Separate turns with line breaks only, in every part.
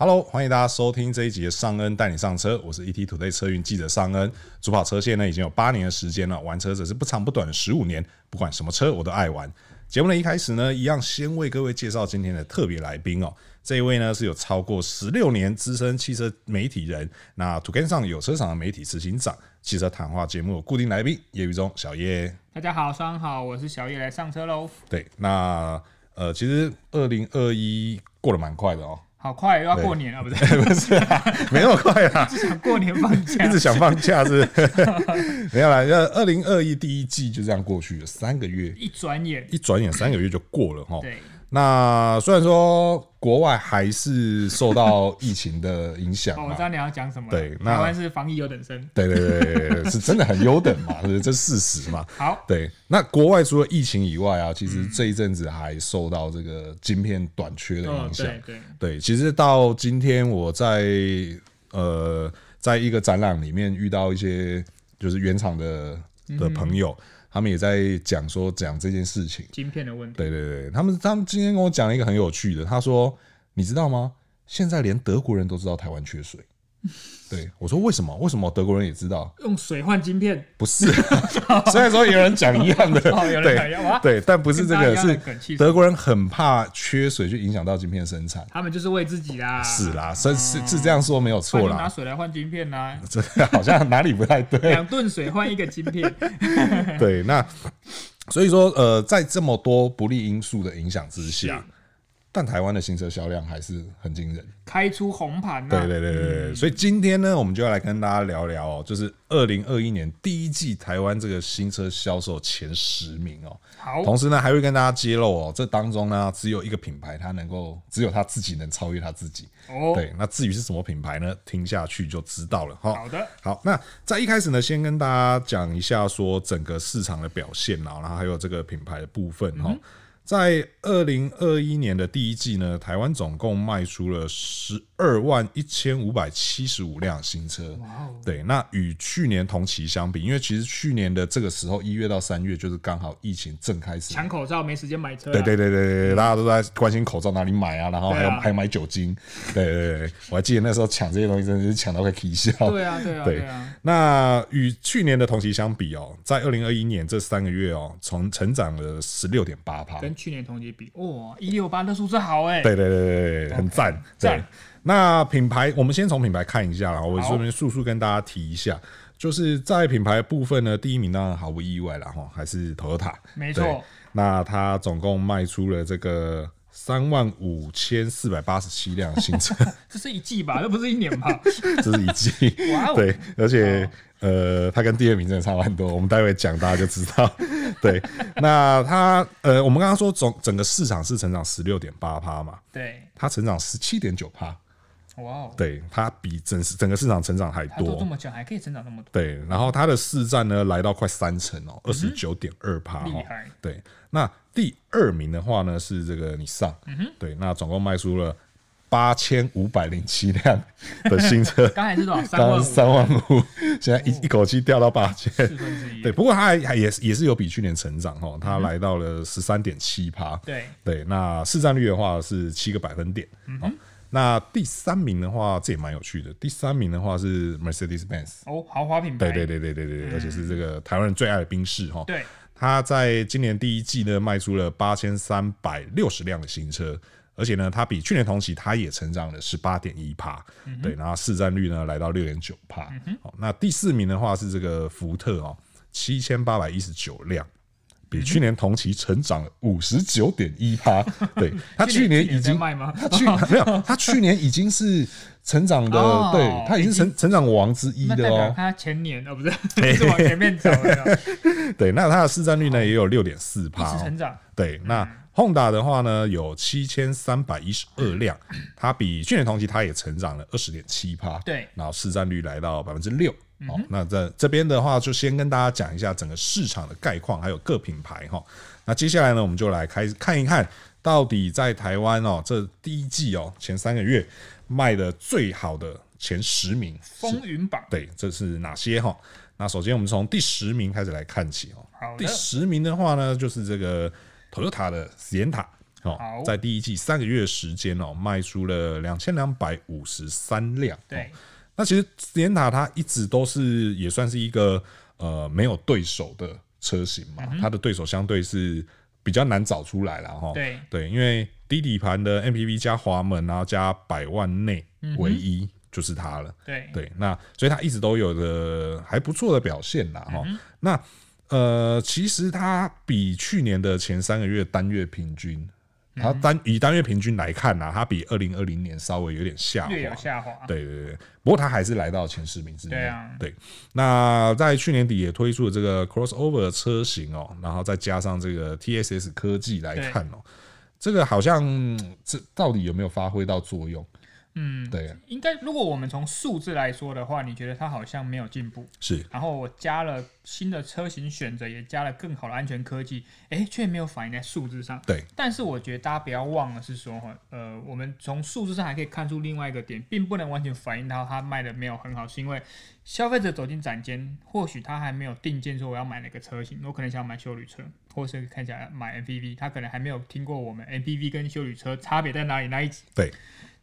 Hello，欢迎大家收听这一集的尚恩带你上车，我是 ETtoday 车云记者尚恩。主跑车线呢已经有八年的时间了，玩车则是不长不短的十五年，不管什么车我都爱玩。节目的一开始呢，一样先为各位介绍今天的特别来宾哦。这一位呢是有超过十六年资深汽车媒体人，那土根上有车厂的媒体执行长，汽车谈话节目有固定来宾叶宇中小叶。
大家好，双好，我是小叶，来上车喽！
对，那呃，其实二零二一过得蛮快的哦，
好快又要过年了，不是？
不是啊，没那么快啊，
想 过年放 假
一，直想放假是不 是 没有啦。那二零二一第一季就这样过去了，三个月，
一转眼，
一转眼三个月就过了哈。
对，
那虽然说国外还是受到疫情的影响
哦，我
嘛
知，道你要讲什么了。
对那
台湾是防疫有等生。
对对对对，对是真的很 优等嘛，这是事实嘛。
好，
对，那国外除了疫情以外啊，其实这一阵子还受到这个晶片短缺的
嗯，
影响。
对对，
对，其实到今天我在呃，在一个展览里面遇到一些就是原厂的
嗯
的朋友，他们也在讲说讲这件事情。
晶片的问题，
对对对，他们他们今天跟我讲了一个很有趣的，他说你知道吗？现在连德国人都知道台湾缺水。对我说为什么？为什么德国人也知道？
用水换晶片，
不是，啊 虽然说有人讲一样的，
哦，有人讲
对
要哇，
对，但不是这个，
跟大家一样的
是
梗气
德国人很怕缺水去影响到晶片生产。
他们就是为自己啦，
是啦，是是是这样说没有
不然
错
就拿
啦，
水来换晶片啦，
这个好像哪里不太 对。
两吨水换一个 晶片，
对，那所以说，呃，在这么多不利因素的影响之下，但台湾的新车销量还是很惊人。
开出红盘啊呐。
对对对对对，所以今天呢，我们就要来跟大家聊聊哦，就是二零二一年第一季台湾这个新车销售前十名哦。
好，
同时呢，还会跟大家揭露哦，这当中呢，只有一个品牌它能够，只有它自己能超越它自己。
哦，
对，那至于是什么品牌呢？听下去就知道了哈。
好的，
好，那在一开始呢，先跟大家讲一下说整个市场的表现啦，然后还有这个品牌的部分
嗯
哈。在二零二一年的第一季呢，台湾总共卖出了十二万一千五百七十五辆新车。
哇哦，
对，那与去年同期相比，因为其实去年的这个时候，一月到三月就是刚好疫情正开始，
抢口罩没时间买车，啊
对对，对对对对，大家都在关心口罩哪里买啊，然后还有、
对啊
还买酒精，对对对对，我还记得那时候抢这些东西真的是抢到快啼笑。
对啊，对啊，
对
对啊，
那与去年的同期相比哦，在二零二一年这三个月哦，从成长了十六点八趴，
跟去年同期比，哇，一六八那数字好哎，
对对对对对，很赞对
赞。
那品牌，我们先从品牌看一下啦，我
好
顺便速速跟大家提一下，就是在品牌部分呢，第一名当然毫无意外啦，哈，还是 Toyota，
没错
对那它总共卖出了这个三万五千四百八十七辆新车，
这是一 季吧，这不是一年吧？
这是一季。
哇哦，
对，而且呃，它跟第二名真的差很多，我们待会讲大家就知道。对，那它呃，我们刚刚说总整个市场是成长十六点八趴嘛，
对，
它成长十七点九趴，
哇哦，
对，它比整市整个市场成长还
他都这
多。
么久还可以成长那么多，
对，然后它的市占呢来到快三成哦，二十九点二趴
嗯厉
哦。
害
对，那第二名的话呢是这个你上，
嗯
对，那总共卖出了八千五百零七辆的新车，
刚才是多少？ 三
刚刚
万五，哦
三万五，现在一一口气掉到八千。
四分之一。
对，不过它还还也是也是有比去年成长哦，它来到了十三点七趴。
嗯对
对，那市占率的话是七个百分点。哦，那第三名的话，这也蛮有趣的。第三名的话是 Mercedes-Benz，
哦，豪华品牌，
对对对对对对，而且是这个台湾人最爱的宾士哈。
对
它在今年第一季呢卖出了八千三百六十辆的新车，而且呢，它比去年同期它也成长了十八点一帕，
嗯
对，然后市占率呢来到六点九帕。好，那第四名的话是这个福特哦，七千八百一十九辆。比去年同期成长五十九点一 趴，对它去
去年
年已
在
经
卖吗？
他去 没有，他去年已经是成长的，
哦
对他已经是成成长王之一
那
的
代表
哦。
他前年哦，不是， 是往前面走 的，
对，那它的市占率呢也有六点四
一
趴哦
直。成长。
对，那 Honda 的话呢，有七千三百一十二辆，它比去年同期它也成长了二十点七趴，
对
然后市占率来到百分之六。哦，那在这边的话，就先跟大家讲一下整个市场的概况，还有各品牌哈、那接下来呢，我们就来开始看一看，到底在台湾哦，这第一季哦前三个月卖的最好的前十名是
风云榜
对，这是哪些哈？那首先我们从第十名开始来看起哦
好。的
第十名的话呢，就是这个 Toyota 的 Sienna，哦
好，
在第一季三个月时间哦，卖出了两千两百五十三辆。哦
对，
那其实斯典塔它一直都是也算是一个呃没有对手的车型嘛，
嗯
它的对手相对是比较难找出来了哈。
对
对，因为低底盘的 MPV 加滑门，然后加百万内
嗯
唯一就是它了。
对
对，那所以它一直都有的还不错的表现
嗯
啦哈。那呃，其实它比去年的前三个月单月平均。
嗯
它单以单月平均来看呢、啊，它比二零二零年稍微有点下滑，
略有下滑。
对对对，不过它还是来到前十名之内。
对啊
对那在去年底也推出了这个 crossover 车型哦，然后再加上这个 TSS 科技来看哦，这个好像嗯这到底有没有发挥到作用？
嗯，
对，
应该如果我们从数字来说的话，你觉得它好像没有进步，
是
然后我加了新的车型选择，也加了更好的安全科技，诶，却没有反映在数字上。
对，
但是我觉得大家不要忘了是说，呃，我们从数字上还可以看出另外一个点，并不能完全反映到它卖的没有很好，是因为消费者走进展间，或许他还没有定见说我要买哪个车型，我可能想买修旅车，或是看起来买 MPV，他可能还没有听过我们 MPV 跟修旅车差别在哪里那一集，
对，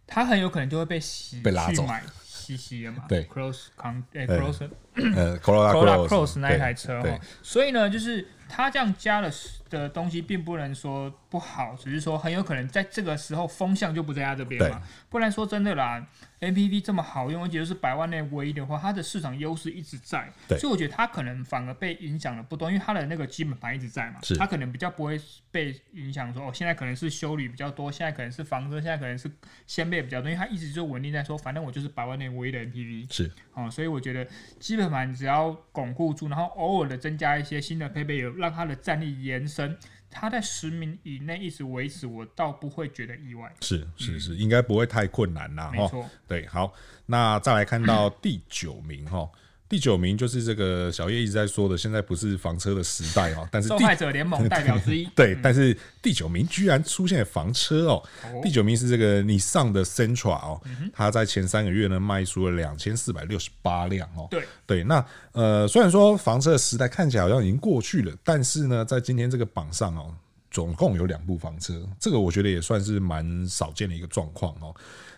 他很有可能就会被洗
被拉
去
走
买 CC 了嘛，
对
，Cross Con 诶
对
Cross
呃 Corolla Cross
Corolla 嗯 Cross 那一台车
对
哈，所以呢，就是它这样加了的东西，并不能说不好，只是说很有可能在这个时候风向就不在它这边嘛。不然说真的啦，MPV 这么好用，而且又是百万内唯一的话，它的市场优势一直在
对，
所以我觉得它可能反而被影响了不多，因为它的那个基本盘一直在嘛
是，
它可能比较不会被影响说哦，现在可能是修理比较多，现在可能是房车，现在可能是掀背比较多，因为它一直就稳定在说，反正我就是百万内唯一的 MPV。
是
哦，所以我觉得基本盘只要巩固住，然后偶尔的增加一些新的配备，有让它的战力延伸，它在十名以内一直维持，我倒不会觉得意外。
是是是，应该不会太困难啦
嗯没
哈。
错，
对，好，那再来看到第九名哈。第九名就是这个小叶一直在说的，现在不是房车的时代哦，但是
受
第。
害者联盟代表之一
对，但是第九名居然出现了房车哦。
哦嗯
第九名是这个你上的 Sentra 哦，它在前三个月呢卖出了两千四百六十八辆哦。
对
对，那呃，虽然说房车的时代看起来好像已经过去了，但是呢，在今天这个榜上哦，总共有两部房车，这个我觉得也算是蛮少见的一个状况哦。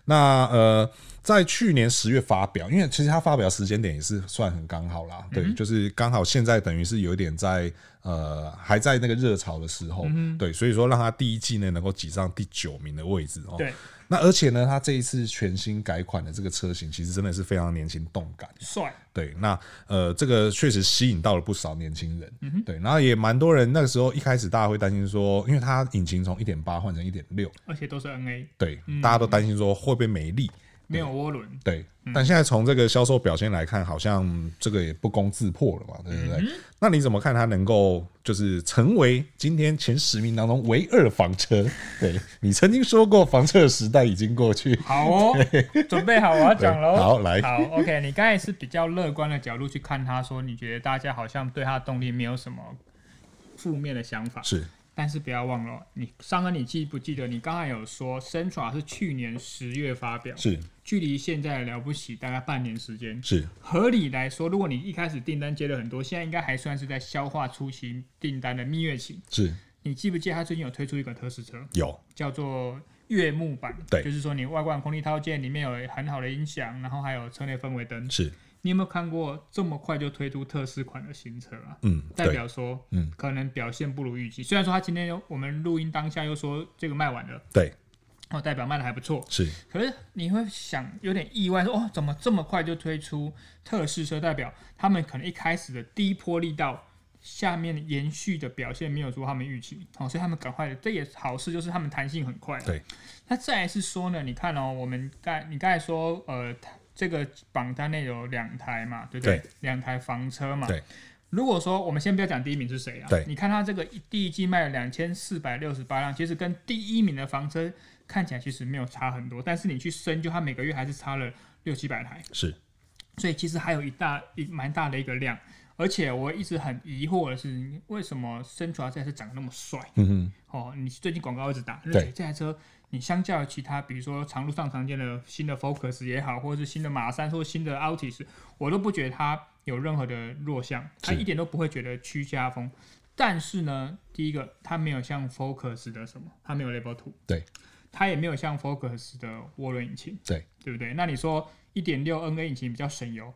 那呃，在去年十月发表，因为其实它发表时间点也是算很刚好啦，对，就是刚好现在等于是有一点在呃还在那个热潮的时候，对，所以说让它第一季呢能够挤上第九名的位置哦。
对，
那而且呢，它这一次全新改款的这个车型，其实真的是非常年轻动感。
帅，
对，那呃，这个确实吸引到了不少年轻人，
嗯
对，然后也蛮多人那个时候一开始大家会担心说，因为它引擎从一点八换成一点六，
而且都是 NA，
对，大家都担心说会不会没力，
没有涡轮。
对，但现在从这个销售表现来看，好像这个也不攻自破了嘛，对
嗯
不对？那你怎么看它能够就是成为今天前十名当中唯二房车？对你曾经说过房车的时代已经过去，
好 哦，准备好我要 讲喽。
对好来
好，OK，你刚才是比较乐观的角度去看他，说你觉得大家好像对他的动力没有什么负面的想法。
是
但是不要忘了哦，你上恩，你记不记得你刚才有说 Sentra 是去年十月发表，
是
距离现在了不起大概半年时间。
是，
合理来说，如果你一开始订单接了很多，现在应该还算是在消化初期订单的蜜月期。
是
你记不记得他最近有推出一个特试车，
有
叫做悦木版？
对
就是说你外观空力套件里面有很好的音响，然后还有车内氛围灯。
是
你有没有看过这么快就推出特试款的新车啊？
嗯，
代
对
表说，
嗯，
可能表现不如预期。虽然说他今天又我们录音当下又说这个卖完了，
对
哦，代表卖的还不错，
是
可是你会想有点意外说，哦，怎么这么快就推出特试车？代表他们可能一开始的第一波力道。下面延续的表现没有如他们预期，哦，所以他们赶快，这也好事，就是他们弹性很快。
对，
那再来是说呢，你看哦，我们刚你刚才说，呃，这个榜单内有两台嘛，对不对？
对
两台房车嘛。
对。
如果说我们先不要讲第一名是谁啊，
对
你看它这个一第一季卖了两千四百六十八辆，其实跟第一名的房车看起来其实没有差很多，但是你去深究，它每个月还是差了六七百台，
是
所以其实还有一大一蛮大的一个量。而且我一直很疑惑的是，为什么身出来这台车长得那么帅？
嗯哼
哦，你最近广告一直打，而
对
且这台车你相较于其他，比如说长路上常见的新的 Focus 也好，或者是新的马三，或者新的 Altis，我都不觉得它有任何的弱项，它
是
一点都不会觉得居家风。但是呢，第一个它没有像 Focus 的什么，它没有 Level Two，
对，
它也没有像 Focus 的涡轮引擎，
对，
对不对？那你说一点六 N A 引擎比较省油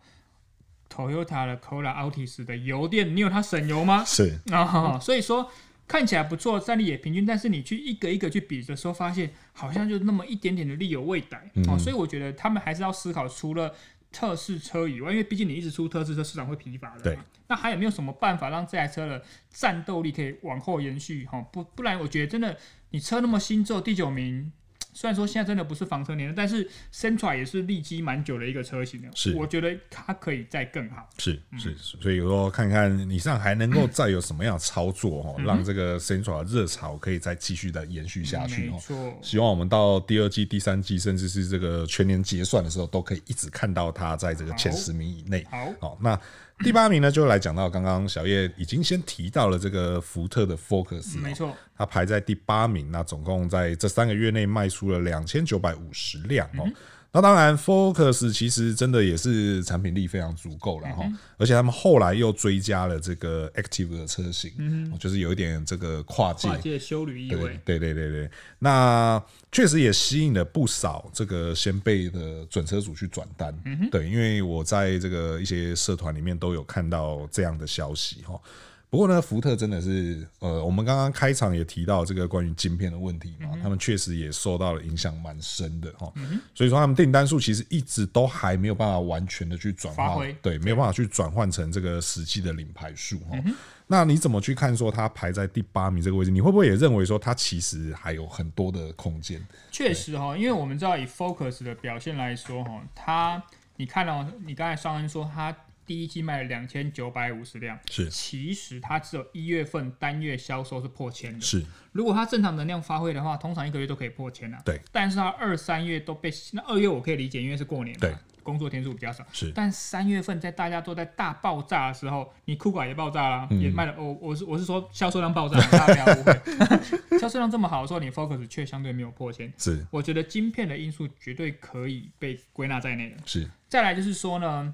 ，Toyota 的 Corolla Altis 的油电，你有它省油吗？
是
啊、
嗯
所以说看起来不错，战力也平均，但是你去一个一个去比的时候，发现好像就那么一点点的力有未逮
嗯
哦，所以我觉得他们还是要思考，除了特试车以外，因为毕竟你一直出特试车，市场会疲乏的嘛。
对
那还有没有什么办法让这台车的战斗力可以往后延续？哈、不不然我觉得真的你车那么新之后第九名。虽然说现在真的不是房车年代，但是 Sentra 也是立基蛮久的一个车型了。啊
是
我觉得它可以再更好。
是是，所以说看看以上还能够再有什么样的操作
嗯
哦，让这个 Central 的热潮可以再继续的延续下去
嗯没
哦。
错，
希望我们到第二季、第三季，甚至是这个全年结算的时候，都可以一直看到它在这个前
好
十名以内。
好，
好，那第八名呢，就来讲到刚刚小叶已经先提到了这个福特的 Focus，、哦
没，错。
它排在第八名，那总共在这三个月内卖出了两千九百五十辆哦。
嗯
那当然，Focus 其实真的也是产品力非常足够了
嗯
哈，而且他们后来又追加了这个 Active 的车型，哦就是有一点这个跨界
嗯跨界修旅意味。
对对对对，那确实也吸引了不少这个先辈的准车主去转单。
嗯
对，因为我在这个一些社团里面都有看到这样的消息哦哈。不过呢，福特真的是，呃，我们刚刚开场也提到这个关于晶片的问题
嗯
嘛，他们确实也受到了影响蛮深的哈，所以说他们订单数其实一直都还没有办法完全的去转
发
化
挥，
对，没有办法去转换成这个实际的领牌数
嗯
哈。那你怎么去看说它排在第八名这个位置？你会不会也认为说它其实还有很多的空间？
确实哈，因为我们知道以 Focus 的表现来说哈，它你看到、你刚才上恩说它第一季卖了两千九百五十辆，
是
其实它只有一月份单月销售是破千的。
是
如果它正常能量发挥的话，通常一个月都可以破千啊。
对，
但是它二三月都被那二月我可以理解，因为是过年嘛，
对，
工作天数比较少。
是
但三月份在大家都在大爆炸的时候，你酷狗也爆炸啦，也卖了。我我是我是说销售量爆炸，大家不要误会。销售量这么好的时候，你 Focus 却相对没有破千，
是
我觉得晶片的因素绝对可以被归纳在内的。
是
再来就是说呢，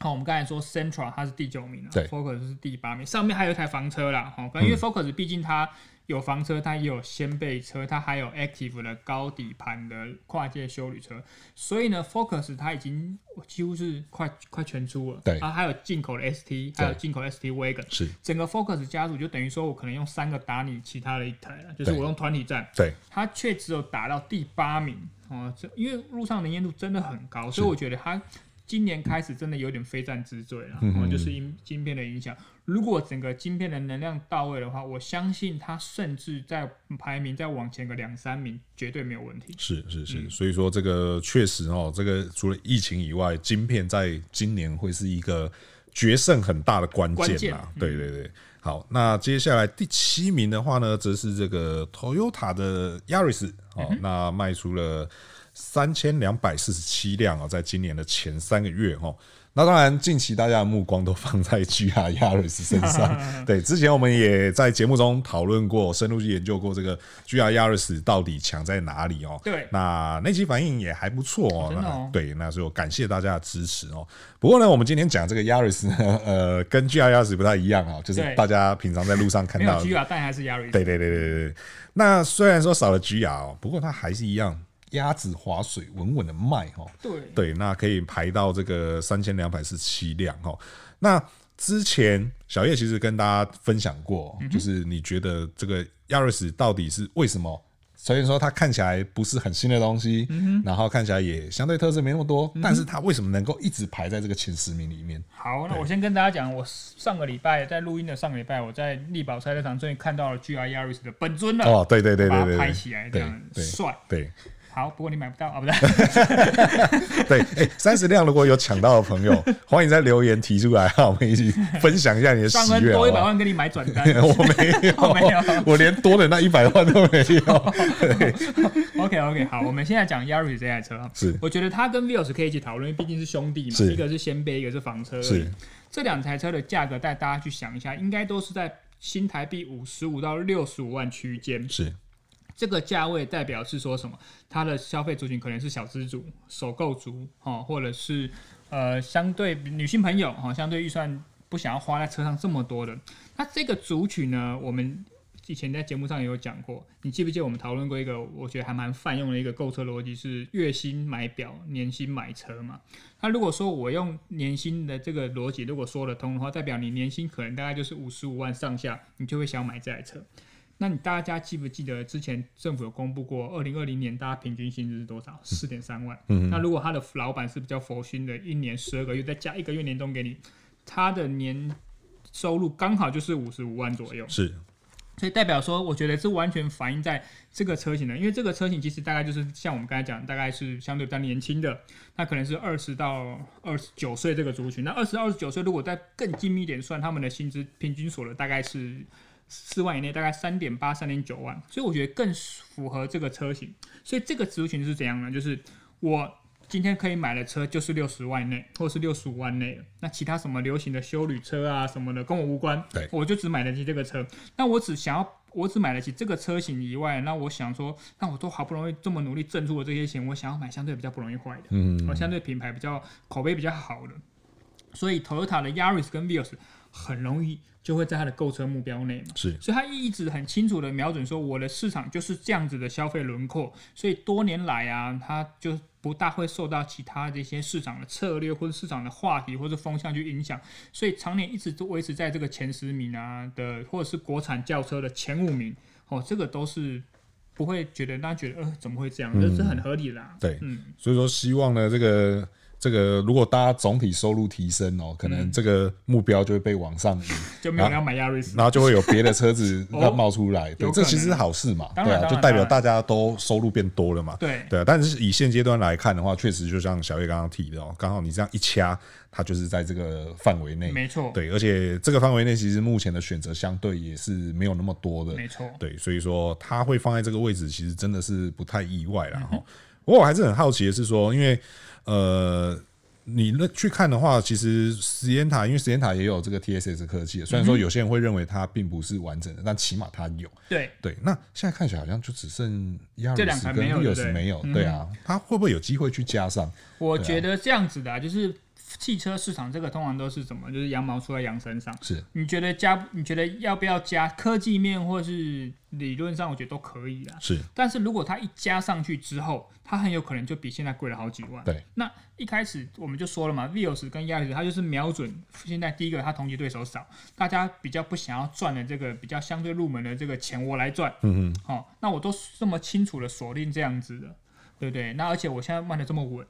好、我们刚才说 Central 它是第九名啊
对嗯
，Focus 是第八名，上面还有一台房车啦，哦，因为 Focus 毕竟它有房车，它也有掀背车，它还有 Active 的高底盘的跨界修旅车，所以呢，Focus 它已经几乎是快快全出了，
对
啊，还有进口的 ST，还有
对
进口的 ST Wagon。
是，
整个 Focus 家族就等于说，我可能用三个打你其他的一台了，就是
对
我用团体战，
对
他却只有打到第八名哦，这因为路上能见度真的很高，所以我觉得他今年开始真的有点非战之罪了，
嗯
哦，就是因晶片的影响。如果整个晶片的能量到位的话，我相信他甚至在排名再往前个两三名绝对没有问题。
是是是，所以说这个确实哦，这个除了疫情以外，晶片在今年会是一个决胜很大的关
关
键嗯
键
啦。对对对，好，那接下来第七名的话呢，则是这个 Toyota 的 Yaris 哦，那卖出了三千两百四十七辆哦，在今年的前三个月哦。那当然，近期大家的目光都放在 GR Yaris 身 上。对，之前我们也在节目中讨论过，深入去研究过这个 GR Yaris 到底强在哪里哦。
对
那那期反应也还不错哦。
真的哦
那对，那所以我感谢大家的支持哦。不过呢，我们今天讲这个 Yaris 呢， 呃，跟 GR Yaris 不太一样哦，就是
对
大家平常在路上看
没有
到的
G R，但还是 Yaris。
对对对对对对。那虽然说少了 GR，、哦、不过它还是一样鸭子划水，稳稳的卖哦。
对
对，那可以排到这个三千两百四七辆哦。那之前小叶其实跟大家分享过，
嗯
就是你觉得这个亚瑞斯到底是为什么？虽然说它看起来不是很新的东西，
嗯
然后看起来也相对特色没那么多，但是它为什么能够一直排在这个前十名里面？
好，那我先跟大家讲，我上个礼拜在录音的上个礼拜，我在力宝赛车场终于看到了 G R Yaris 的本尊了，
哦，对对对对
把
对
它拍
对
起来，这
对
样
对
帅。
对
好，不过你买不到啊，不对。
对，哎，三十辆如果有抢到的朋 友，欢迎在留言提出来，让我们一起分享一下你的喜
上恩
悦，
多
好
一
不
百
好？
万给你买转单。
我没 有，
没有
我连多的那一百万都没有。
OK OK，好，我们现在讲 Yaris 这台车啊，
是
我觉得它跟 Vios 可以一起讨论，因为毕竟是兄弟嘛，
是
一个是掀背，一个是房车而已。
是
这两台车的价格带大家去想一下，应该都是在新台币五十五到六十五万区间。
是
这个价位代表是说什么？它的消费族群可能是小资族、首购族哦，或者是呃相对女性朋友哦，相对预算。不想要花在车上这么多的。那这个族群呢，我们以前在节目上也有讲过，你记不记得我们讨论过一个我觉得还蛮泛用的一个购车逻辑是月薪买表，年薪买车嘛？那如果说我用年薪的这个逻辑，如果说得通的话，代表你年薪可能大概就是五十五万上下，你就会想买这台车。那你大家记不记得之前政府有公布过，二零二零年大家平均薪资是多少？四点三万。
嗯
那如果他的老板是比较佛心的，一年十二个月，再加一个月年终给你，他的年收入刚好就是五十五万左右。
是
所以代表说，我觉得这完全反映在这个车型的，因为这个车型其实大概就是像我们刚才讲，大概是相对比较年轻的，那可能是二十到二十九岁这个族群。那二十到二十九岁，如果再更精密一点算，他们的薪资平均所得大概是四万以内，大概三点八、三点九万。所以我觉得更符合这个车型。所以这个族群是怎样呢？就是我今天可以买的车就是六十万以内，或是六十五万内的。那其他什么流行的修旅车啊什么的，跟我无关。
对
我就只买得起这个车。那我只想要，我只买得起这个车型以外，那我想说，那我都好不容易这么努力挣出了这些钱，我想要买相对比较不容易坏的，嗯，相对品牌比较口碑比较好的。所以 Toyota 的 Yaris 跟 Vios 很容易就会在它的购车目标内嘛。
是
所以啊他一直很清楚的瞄准说，我的市场就是这样子的消费轮廓，所以多年来啊，他就不大会受到其他的一些市场的策略或者市场的话题或者风向去影响，所以常年一直都维持在这个前十名啊的，或者是国产轿车的前五名，哦，
嗯
这个都是不会觉得大家觉得呃怎么会这样，这是很合理的、啊。
对，
嗯，
所以说希望呢，这个这个如果大家总体收入提升哦，可
嗯
能这个目标就会被往上移，
就没有人要买 Yaris，、
然后就会有别的车子
哦
要冒出来，对
有，可
这
能
其实是好事嘛，
当
对
然
啊，
当
就
然
代表
当
大
然
家都收入变多了嘛，
对，
对啊，但是以现阶段来看的话，确实就像小叶刚刚提的哦，刚好你这样一掐，它就是在这个范围内，
没错，
对，而且这个范围内其实目前的选择相对也是没有那么多的，
没错，
对，所以说他会放在这个位置，其实真的是不太意外
嗯
啦。哈、不过我还是很好奇的是说，因为呃，你那去看的话，其实实验塔，因为实验塔也有这个 TSS 科技，虽然
嗯
说有些人会认为它并不是完整的，但起码它有。
对。
对，那现在看起来好像就只剩亚
这
鲁
两
斯
台
跟
没有
利
对嗯
尔
不
斯
对
没有，对啊，它会不会有机会去加上？
我觉得这样子的、啊，就是汽车市场这个通常都是怎么，就是羊毛出在羊身上。
是
你觉得加？你觉得要不要加科技面，或是理论上，我觉得都可以啦。
是，
但是如果它一加上去之后，它很有可能就比现在贵了好几万。
对，
那一开始我们就说了嘛，Vios 跟 Yaris 它就是瞄准现在第一个它同级对手少，大家比较不想要赚的这个比较相对入门的这个钱我来赚。
嗯嗯，
哦，那我都这么清楚的锁定这样子的，对不对？那而且我现在卖的这么稳，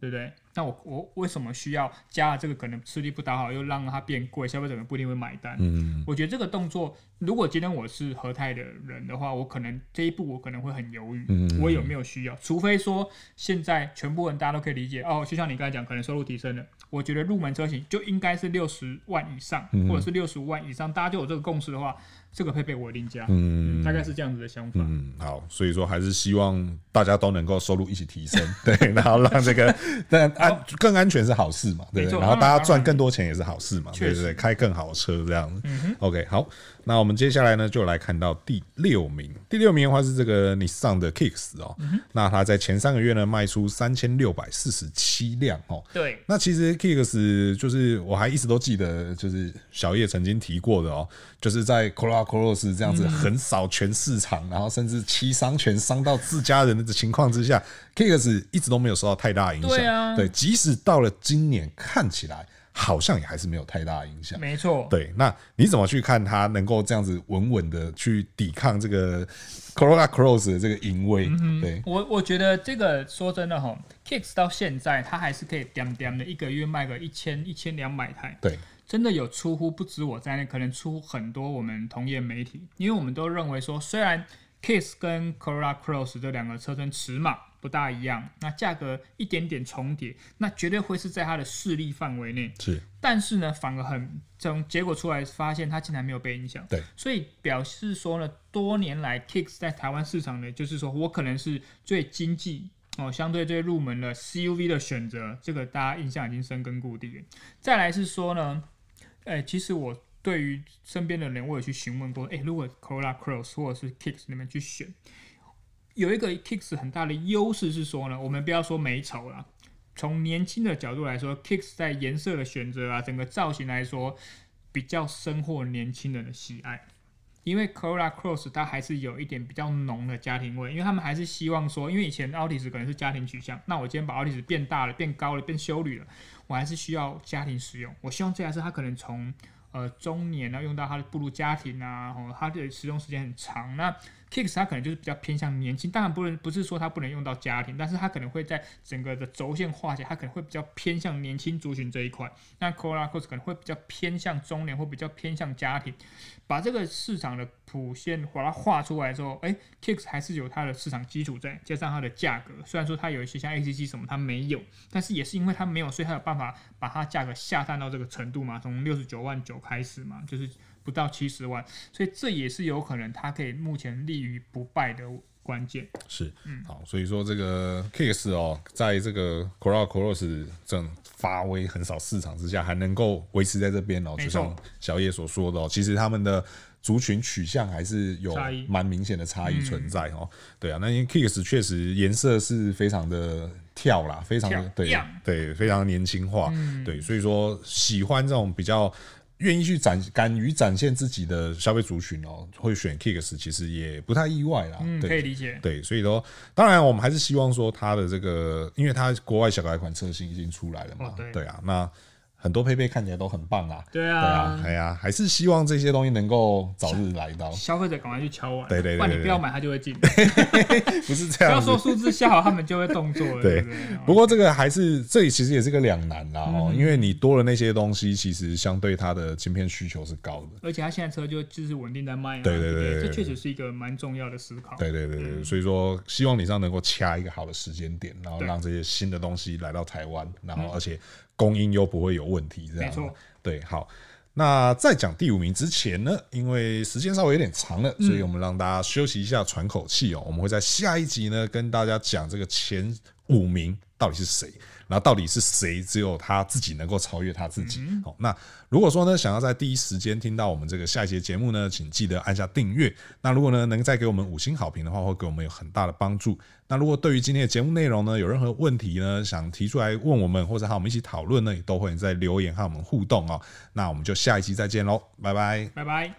对不对？那我我为什么需要加了这个可能吃力不讨好，又让它变贵，消费者可能不一定会买单？
嗯，
我觉得这个动作，如果今天我是和泰的人的话，我可能这一步我可能会很犹豫，
嗯
我有没有需要？除非说现在全部人大家都可以理解哦，就像你刚才讲，可能收入提升了，我觉得入门车型就应该是六十万以上，
嗯
或者是六十五万以上，大家就有这个共识的话，这个配备我一定加，嗯，大概是这样子的想法。
嗯，好，所以说还是希望大家都能够收入一起提升， 对，然后让这个 但安更安全是好事嘛，对不
没
对？
错
然后大
当
家
然
赚更多钱也是好事嘛，对
确
不
实嗯
对？开更好的车这样子。OK，好，那我们接下来呢就来看到第六名，第六名的话是这个 Nissan 的 Kicks 哦，
嗯
那它在前三个月呢卖出三千六百四十七辆哦，
对，
那其实 Kicks 就是我还一直都记得，就是小叶曾经提过的哦，就是在 c o r a c o r o s 这样
嗯
子横扫全市场，然后甚至七伤拳伤到自家人的情况之下，Kicks 一直都没有受到太大影响。
对啊
对，即使到了今年，看起来好像也还是没有太大影响。
没错，
对，那你怎么去看它能够这样子稳稳的去抵抗这个 Corolla Cross 的这个淫威？
嗯
对，
我我觉得这个说真的哈，Kicks 到现在它还是可以点点的，一个月卖个一千一千两百台，
对，
真的有出乎不止我在内，可能出乎很多我们同业媒体，因为我们都认为说，虽然 Kiss 跟 Corolla Cross 这两个车身尺码不大一样，那价格一点点重叠，那绝对会是在它的势力范围内。
是
但是呢，反而很从结果出来发现，它竟然没有被影响。
对，
所以表示说呢，多年来 Kicks 在台湾市场呢，就是说我可能是最经济哦，相对最入门的 CUV 的选择，这个大家印象已经深根固定了。再来是说呢，哎、其实我对于身边的人，我有去询问过，哎、如果 Corolla Cross 或者是 Kicks 里面去选，有一个 Kicks 很大的优势是说呢，我们不要说美丑啦，从年轻的角度来说，Kicks 在颜色的选择啊，整个造型来说，比较深获年轻人的喜爱。因为 Corolla Cross 它还是有一点比较浓的家庭味，因为他们还是希望说，因为以前 Altis 可能是家庭取向，那我今天把 Altis 变大了、变高了、变修旅了，我还是需要家庭使用。我希望这台车它可能从呃中年呢用到它的步入家庭啊，哦，它的使用时间很长。那 Kicks 它可能就是比较偏向年轻，当然不能不是说它不能用到家庭，但是它可能会在整个的轴线画起来，它可能会比较偏向年轻族群这一块。那 Corolla Cross 可能会比较偏向中年，或比较偏向家庭。把这个市场的谱线把它画出来之后，哎，Kicks 还是有它的市场基础在，加上它的价格，虽然说它有一些像 ACC 什么它没有，但是也是因为它没有，所以它有办法把它价格下探到这个程度嘛，从六十九万九开始嘛，就是不到七十万，所以这也是有可能它可以目前立于不败的关键。
是，
嗯
好，所以说这个 Kicks 哦，在这个 Corolla Cross 这种发威很少市场之下，还能够维持在这边哦，
没
就
错
像小叶所说的哦，其实他们的族群取向还是有
差异嗯
蛮明显的差异存在哦。对啊，那因为 Kicks 确实颜色是非常的跳啦，非常的
跳嗯
对
样
对，非常年轻化，对，所以说喜欢这种比较。愿意去展、敢于展现自己的消费族群哦，会选 Kicks 其实也不太意外啦。
嗯，
对
可以理解。
对，所以说，当然我们还是希望说它的这个，因为它国外小改款车型已经出来了嘛，
哦对
啊，那很多配备看起来都很棒啊，
对
对啊
啊，，
哎呀、还是希望这些东西能够早日来到，
消费者赶快去敲碗，
对对对
不然
对
你不要买，它就会进。
不是
不
这
要
样子
说。数字下好，他们就会动作了，
对
对不对？
不过这个还是这里其实也是个两难啦
嗯
哦，因为你多了那些东西，其实相对它的晶片需求是高的。
而且他现在车就就是稳定在卖嘛，
对对对
不
对对
这确实是一个蛮重要的思考。
对对对
嗯
对，所以说希望你这样能够掐一个好的时间点，然后
对嗯
让这些新的东西来到台湾，然后而且供应又不会有问题，这样
没错。
对，好。那在讲第五名之前呢，因为时间稍微有点长了，
嗯
所以我们让大家休息一下，喘口气哦。我们会在下一集呢跟大家讲这个前五名到底是谁，然后到底是谁只有他自己能够超越他自己。好、那如果说呢想要在第一时间听到我们这个下一节节目呢，请记得按下订阅。那如果呢能再给我们五星好评的话，会给我们有很大的帮助。那如果对于今天的节目内容呢有任何问题呢，想提出来问我们，或者和我们一起讨论呢，也都会在留言和我们互动哦。那我们就下一期再见喽，拜拜。
拜拜。